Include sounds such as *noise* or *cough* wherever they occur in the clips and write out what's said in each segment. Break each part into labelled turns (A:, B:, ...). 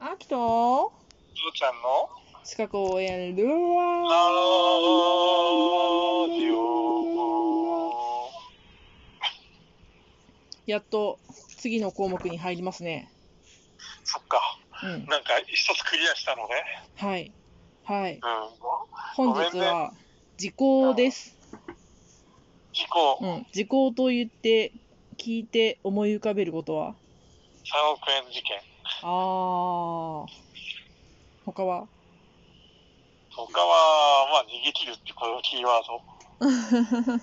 A: アキト
B: 父ちゃんの
A: シカゴへルア
B: ラジオ
A: やっと次の項目に入りますね。
B: そっか、
A: うん。
B: なんか一つクリアしたのね。
A: はい。はい。
B: うん。
A: 本日は時効です。
B: 時効
A: う、ん。時効と言って聞いて思い浮かべることは
B: 3億円事件
A: あー。他は
B: 他は、まあ、逃げ切るってこのキーワード。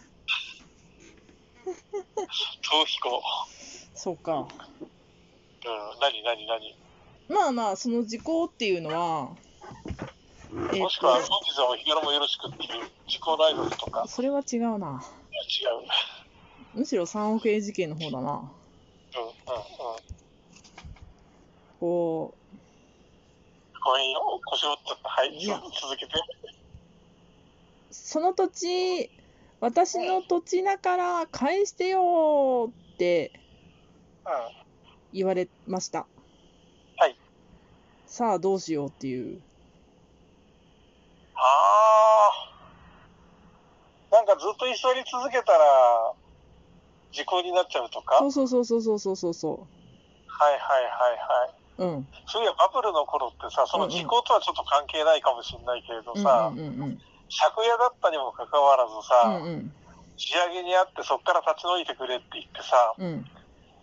B: 逃避行。
A: そうか。
B: うん。何、何、何。
A: まあまあ、その時効っていうのは、えっ
B: もしくは、本日はお日柄もよろしくっていう時効ライドルとか
A: と、。それは違うな。
B: 違う。
A: むしろ3億円事件の方だな。
B: うん、うん、うん。
A: こ
B: ごめんよ。腰折っちゃった。はい。
A: いや
B: 続けて。
A: う、その土地、私の土地だから返してよーって
B: うん。
A: 言われました。
B: はい。
A: さあどうしようっていう。
B: ああ。なんかずっと居座り続けたら、時効になっちゃうとか。は
A: そ
B: いう
A: そうそうそうそうそうそうそ
B: はいはいはい。
A: う。うん。
B: そういや、バブルの頃ってさ、その時効とはちょっと関係ないかもしれないけれど
A: うん
B: さ、
A: うんうん
B: 借家だったにもかかわらず
A: うん。
B: さ、
A: うん
B: 仕上げにあってそっから立ち退いてくれって言ってさ、
A: うん。うん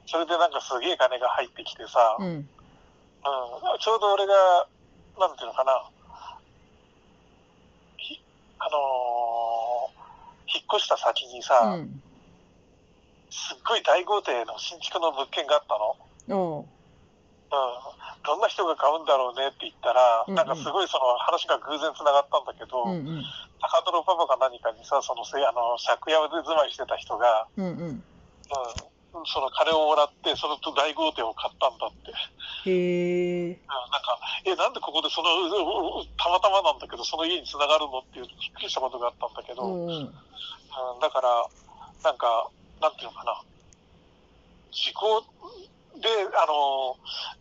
B: それでなんかすげえ金が入ってきてさ、う、
A: うんん。
B: ちょうど俺が、なんていうのかな、ひあのー引っ越した先にさ、
A: うん。
B: すっごい大豪邸の新築の物件があったの。
A: おう。
B: うん。どんな人が買うんだろうねって言ったら、
A: うんうん
B: なんかすごいその話が偶然つながったんだけど、
A: うんうん。
B: 高泥パパか何かにさ、そのせあの借家で住まいしてた人が、
A: うんうん。
B: うん、その金をもらって、その大豪邸を買ったんだって。うん、
A: へえ。
B: なんか、え、なんでここでその、うううたまたまなんだけど、その家に繋がるのっていう、びっくりしたことがあったんだけど、
A: うんうん。
B: うん、だから、なんか、なんていうのかな、時効で、あの、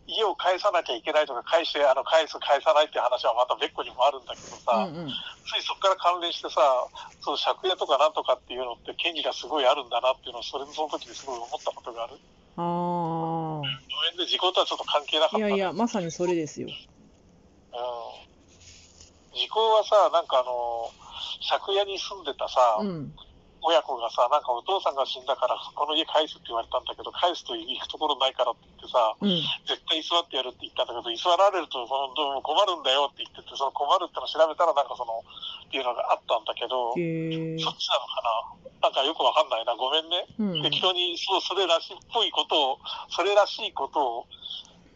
B: 家を返さなきゃいけないとか、返して、あの、返す、返さないっていう話はまた別個にもあるんだけど
A: う
B: さ、
A: んうん。
B: ついそこから関連してさ、その借家とかなんとかっていうのって権利がすごいあるんだなっていうのを、それその時にすごい思ったことがある。
A: あ
B: ごめんで時効とはちょっと関係なか
A: あ。
B: っ
A: い
B: た、
A: や
B: ね。
A: いや、まさにそれですよ。
B: うん。時効はさ、なんかあの、借家に住んでたさ、
A: うん。
B: 親子がさ、なんかお父さんが死んだから、この家返すって言われたんだけど、返すと行くところないからって言ってさ、
A: うん。
B: 絶対居座ってやるって言ったんだけど、居座られるとそのどうも困るんだよって言ってて、その困るってのを調べたら、なんかその、っていうのがあったんだけど、
A: へえ。
B: そっちなのかななんかよくわかんないな。ごめん
A: うん。
B: ね。適当に、そう、それらしいっぽいことを、それらしいことを、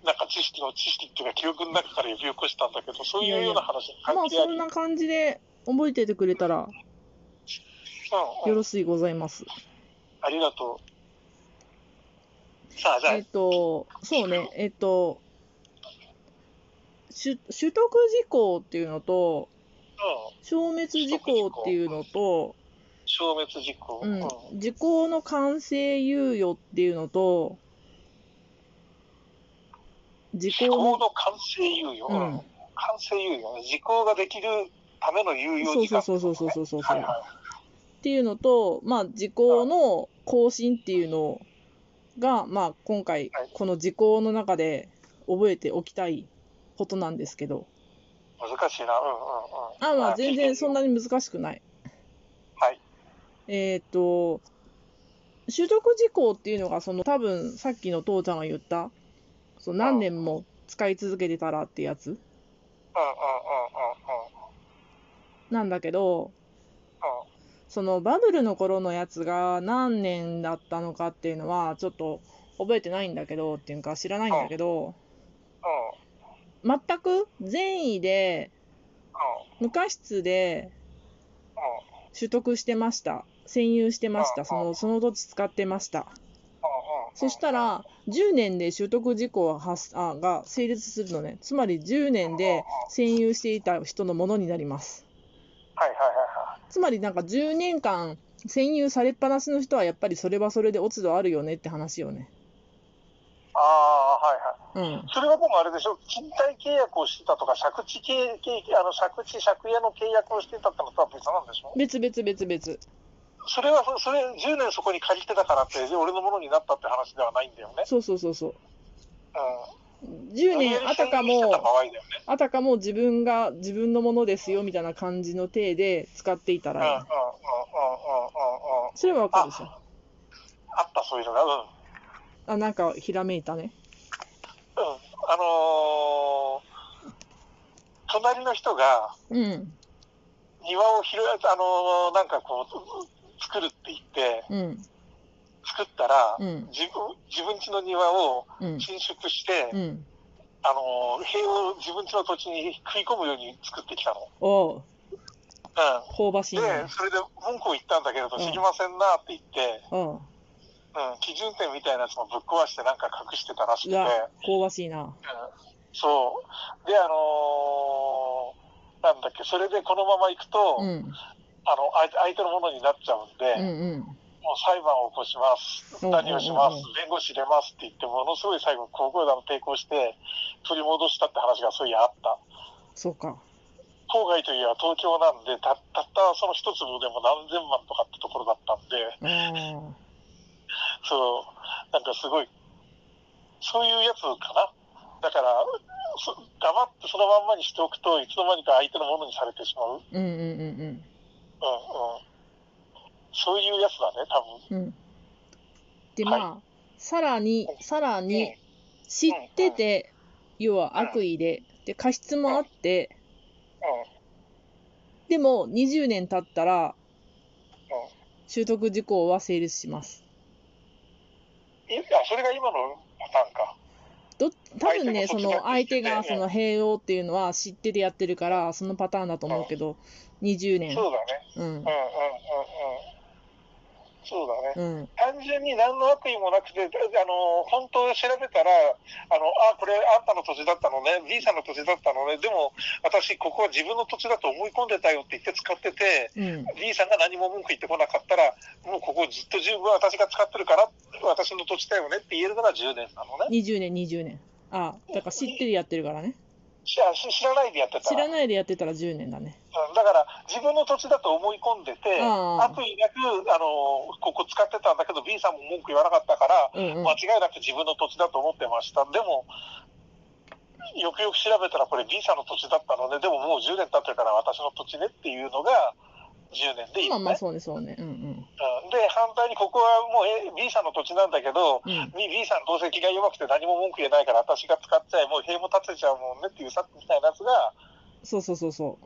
B: なんか知識の知識っていうか記憶の中から呼び起こしたんだけど、そういうような話に関
A: まあ
B: 係あ
A: そ
B: り
A: んな感じで覚えててくれたら
B: うん
A: よ
B: うん
A: ろしいございます。
B: ありがとう。さあ、じゃあ、
A: えっと、そうね、えっと、取取得事項っていうのと、
B: うん
A: 消滅事項っていうのと、
B: 消滅事故。
A: うん
B: うん、
A: 時効の完成猶予っていうのと、時
B: 時効
A: 効の、
B: の完成猶予。
A: う
B: うん
A: ん、
B: 完成猶予ね。時効ができるための猶予
A: そう
B: 時
A: そ
B: 間。
A: うそうそうそうそうそう、
B: はい
A: っ
B: は
A: ていうのと、まあ、時効の更新っていうのが、まあ、今回
B: はい、
A: この時効の中で覚えておきたいことなんですけど、
B: い。難しいな。うんうんうん。
A: あ、まあ、全然そん
B: な。
A: なに難しくない。
B: はい。
A: えっ、と、取得事項っていうのが、その多分さっきの父ちゃんが言った、その何年も使い続けてたらってやつ
B: うんうんうんうんうん。
A: なんだけど、
B: うん
A: そのバブルの頃のやつが何年だったのかっていうのは、ちょっと覚えてないんだけど、っていうか知らないんだけど、
B: うん
A: 全く善意で、
B: う
A: 無過失で
B: んうん
A: 取得してました。占有してました。
B: うん
A: その、その土地使ってました。
B: うんうん
A: そしたら、10年で取得事項は発あが成立するのね。つまり10年で占有していた人のものになります。
B: はいはいは
A: つまりなんか10年間占有されっぱなしの人はやっぱりそれはそれで落ち度あるよねって話よね。
B: いはい。ああ、はいはい。
A: うん。
B: それはでもあれでしょ、賃貸契約をしてたとか、借地契約、あの借地、借家の契約をしてたってのとは別なんでしょ
A: 別別別別。
B: それはそ、それ、10年そこに借りてたからって、俺のものになったって話ではないんだよね。
A: そうそうそうそう。
B: う
A: 10
B: ん。
A: 年あたか
B: 無理やり占有してた場
A: も、
B: 合だよね。
A: あたかも自分が自分のものですよみたいな感じの体で使っていた
B: うんうんうんうんうん
A: ら、
B: うんうん。
A: それはわかるでしょ。
B: あった、そういうのが。うん。
A: あ、なんかひらめいたね。
B: うん。あのー隣の人が
A: うん。
B: 庭を広い、あのーなんかこう、作るって言って、
A: うん。
B: 作ったら、
A: うん
B: 自分、自分家の庭を
A: うん。
B: 伸縮して、
A: うん。
B: あの、塀を自分家の土地に食い込むように作ってきたの。
A: おう、
B: う
A: 香ばしい
B: ん。
A: ね
B: で、。それで文句を言ったんだけれ
A: う
B: ど、
A: ん
B: 知りませんなって言って、
A: うん。う
B: うん、基準点みたいなやつもぶっ壊してなんか隠してたらしくて、うん
A: わ、香ばしいな。
B: そう。で、あのーなんだっけ、それでこのまま行くと、
A: う
B: あの、
A: ん。
B: 相手相手のものになっちゃうんで、
A: うんうん。
B: もう裁判を起こします、
A: うん
B: 何をしま
A: う
B: す
A: んう、
B: 弁護士入れますって言って、ものすごい最後、高校団の抵抗して、取り戻したって話がそういやあった。
A: そうか。
B: 郊外といえば東京なんで、たたったその一粒でも何千万とかってところだったんで、
A: あ
B: そう、なんかすごい、そういうやつかな。だから、そ黙ってそのまんまにしておくといつの間にか相手のものにされてしまう。うんうん。
A: ーうんうん
B: そういうやつだね、多分。
A: うんうん。うん。で、まあ、さらに、さらに、知ってて、要は悪意で、で、過失もあって、
B: う
A: でも20年経ったら、
B: ん、うん、うん。
A: 習得事項は成立します。
B: いや、それが今のパターンか。
A: ど多分ね、そ
B: 相手が
A: の相手が
B: 知って
A: そ
B: て
A: の併用っていうのは知っててやってるから、そのパターンだと思うけど、20年。
B: そうだね。
A: うん
B: うん、うん、うん、うん。そうだね。
A: うん。
B: 単純に何の悪意もなくて、あの本当に調べたら、あのあこれ、あんたの土地だったのね、B さんの土地だったのね、でも私、ここは自分の土地だと思い込んでたよって言って使ってて、
A: うん。
B: B さんが何も文句言ってこなかったら、もうここずっと十分私が使ってるから、私の土地だよねって言えるのが10年なのね。
A: 20年、20年。あ、だから知っててやってるからね。
B: しあし知らないでやってた
A: 知
B: ら
A: らないでやってたら10年だね。
B: うんだから自分の土地だと思い込んでて、
A: うん
B: 悪意なく、あのここ使ってたんだけど、B さんも文句言わなかったから、
A: うんうん
B: 間。違いなく自分の土地だと思ってました。でも、よくよく調べたらこれ B さんの土地だったので、でももう10年経ってるから私の土地ねっていうのが10年でいい
A: まあ
B: の
A: まあ、
B: ね。
A: そうね、そうね。うん
B: うんで、反対にここはもうえ B さんの土地なんだけど、
A: うん。うん。
B: B, B さんどうせ気が弱くて何も文句言えないから私が使っちゃえ、もう塀も立てちゃうもんねっていうさっきみたいなやつが
A: そうそうそうそ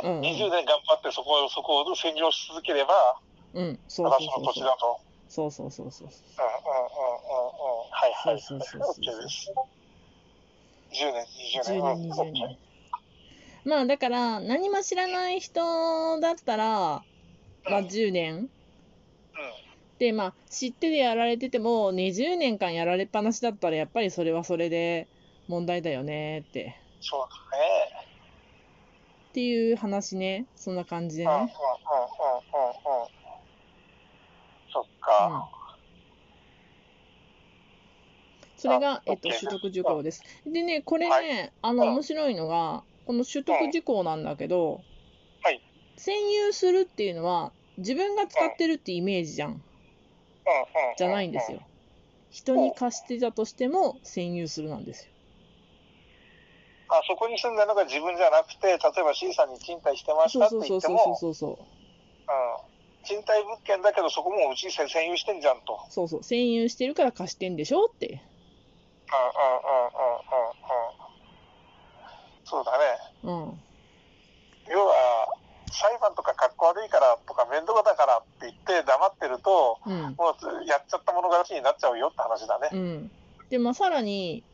B: 20
A: うん
B: 年
A: うん
B: ね。20年頑張ってそこを、そこを占領し続ければ
A: う。うん。そう
B: 私
A: そ
B: の
A: う
B: 土地
A: そう。
B: だと。
A: そうそうそうそう。
B: うんうんうんうんうん。はいはい。
A: そうそうそうそう
B: OK です。10
A: 10
B: 年、20
A: 年、
B: 年。う
A: 20
B: ん
A: 年。まあ、だから、何も知らない人だったら、まあ、
B: うん
A: 10年。
B: うん
A: で、まあ、知っててやられてても、20年間やられっぱなしだったら、やっぱりそれはそれで問題だよねって。
B: そうだね。
A: っていう話ね。そんな感じで
B: うんうんうんうんうんうん
A: ね。。
B: そっ
A: うん
B: か。
A: それが、
B: あ
A: えっと、
B: OK
A: 取得事項です。でね、これね、
B: は
A: あの、
B: うん
A: 面白いのが、この取得事項なんだけど、
B: はい
A: 占有するっていうのは、自分が使ってるってイメージじゃん、
B: うんうんうん
A: じゃないんですよ。。人に貸してたとしても、占有するなんですよ。
B: あそこに住んだのが自分じゃなくて、例えば C さんに賃貸してまし
A: そ
B: た
A: う
B: って
A: そうそう
B: 言って
A: そう
B: も、
A: そうそう。
B: うん賃貸物件だけど、そこもうち占有してんじゃんと。
A: そうそう、占有してるから貸してんでしょって。
B: うんうんうんうんうんうん。そうだね。
A: うん。
B: 要は裁判とかかっこ悪いからとか面倒だからって言って黙ってると
A: うん。
B: もうやっちゃった者勝ちになっちゃうよって話だ
A: う
B: ね。
A: ん。で、まあ、さらに、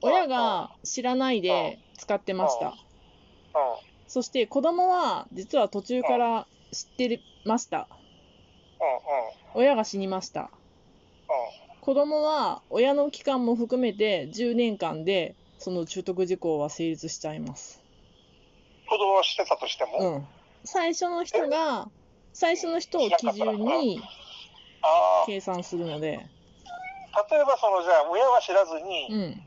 A: 親が知らないで使ってました。
B: うん
A: そして子供は実は途中から知ってました。
B: うんうん
A: 親が死にました。子供は親の期間も含めて10年間でその中得事項は成立しちゃいます。
B: うん。子供はしてたとしても、
A: うん。最初の人が、最初の人を基準に
B: ああ
A: 計算するので、
B: 例えばそのじゃあ親は知らず
A: う
B: に
A: ん。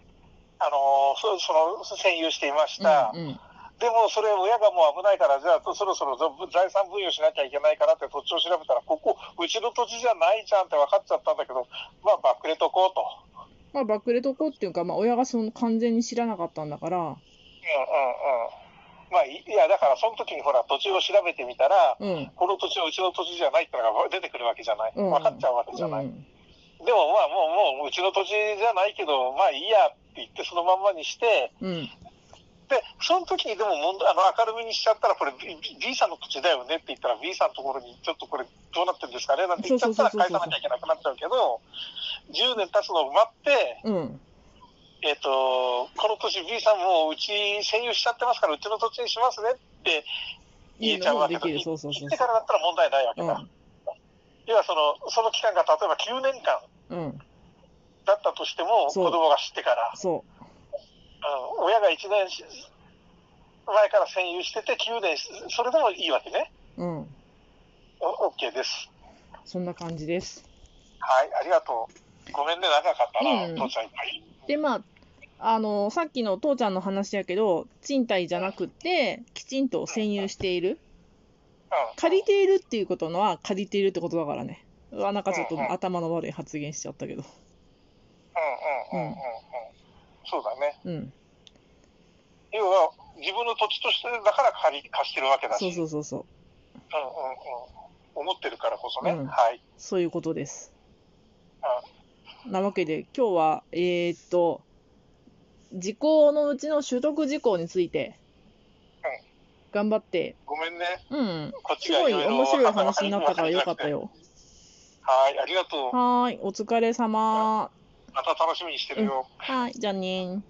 B: あのそその占有していました、
A: うんうん
B: でもそれ、親がもう危ないから、じゃあ、そろそろ財産分与しなきゃいけないからって土地を調べたら、ここ、うちの土地じゃないじゃんって分かっちゃったんだけど、まあ、バックレとこうと。
A: まあ、バックレとこうっていうか、まあ、親がその完全に知らなかったんだから、
B: うんうんうん。まあ、いいや、だから、その時にほら、土地を調べてみたら、
A: うん。
B: この土地はうちの土地じゃないってのが出てくるわけじゃない。
A: うん
B: 分かっちゃうわけじ
A: う
B: ゃない。
A: ん、
B: でも、まあ、もう、もう、うちの土地じゃないけど、まあ、いいやって言って、そのまんまにして、
A: うん、
B: で、その時にでも問題、あの、明るみにしちゃったら、これ B, B さんの土地だよねって言ったら、B さんのところに、ちょっとこれどうなってるんですかねなんて言っちゃったら
A: そうそう
B: 返
A: そうそう
B: さなきゃいけなくなっちゃうけど、10年経つのを待って、
A: うん、
B: えっ、と、この年 B さんもううち占有しちゃってますから、うちの土地にしますねって
A: い
B: 言
A: い
B: えちゃ
A: の
B: う
A: も
B: わ
A: で
B: けだ。
A: きる、
B: 言
A: そうそうそう
B: ってからだったら問題ないわけ
A: う
B: だ。
A: ん、
B: 要はその、その期間が例えば9年間
A: うん、
B: だったとしても、
A: そう
B: 子供が知ってから、
A: そ
B: うん親が1年し前から占有してて9年、それでもいいわけね。
A: う、うん、
B: オッケーです。
A: そんな感じです。
B: はい、ありがとう。ごめんね、長かったな、
A: うん
B: 父ちゃんいっぱい。
A: で、まあ、あの、さっきの父ちゃんの話やけど、賃貸じゃなくって、きちんと占有している。
B: うん、
A: 借りているっていうことのは、借りているってことだからね。うわ、なんかちょっと頭の悪い発言しちゃったけど。
B: うんうんうんうんうん。そうだね。
A: うん、
B: 要は、自分の土地としてだから借り貸してるわけだし。
A: そうそうそうそう。
B: うんうんうん、思ってるからこそね、
A: うん
B: はい、
A: そういうことです。なわけで今日はえーっと時効のうちの取得時効について頑張って
B: ごめんね、
A: うん
B: こっち
A: す
B: が
A: ごい
B: ろろ
A: 面白い話になったからよかった。よ。
B: *laughs* はい、ありがとう。
A: はーいお疲れ様
B: また楽しみにしてるよ。
A: はいじゃあねー。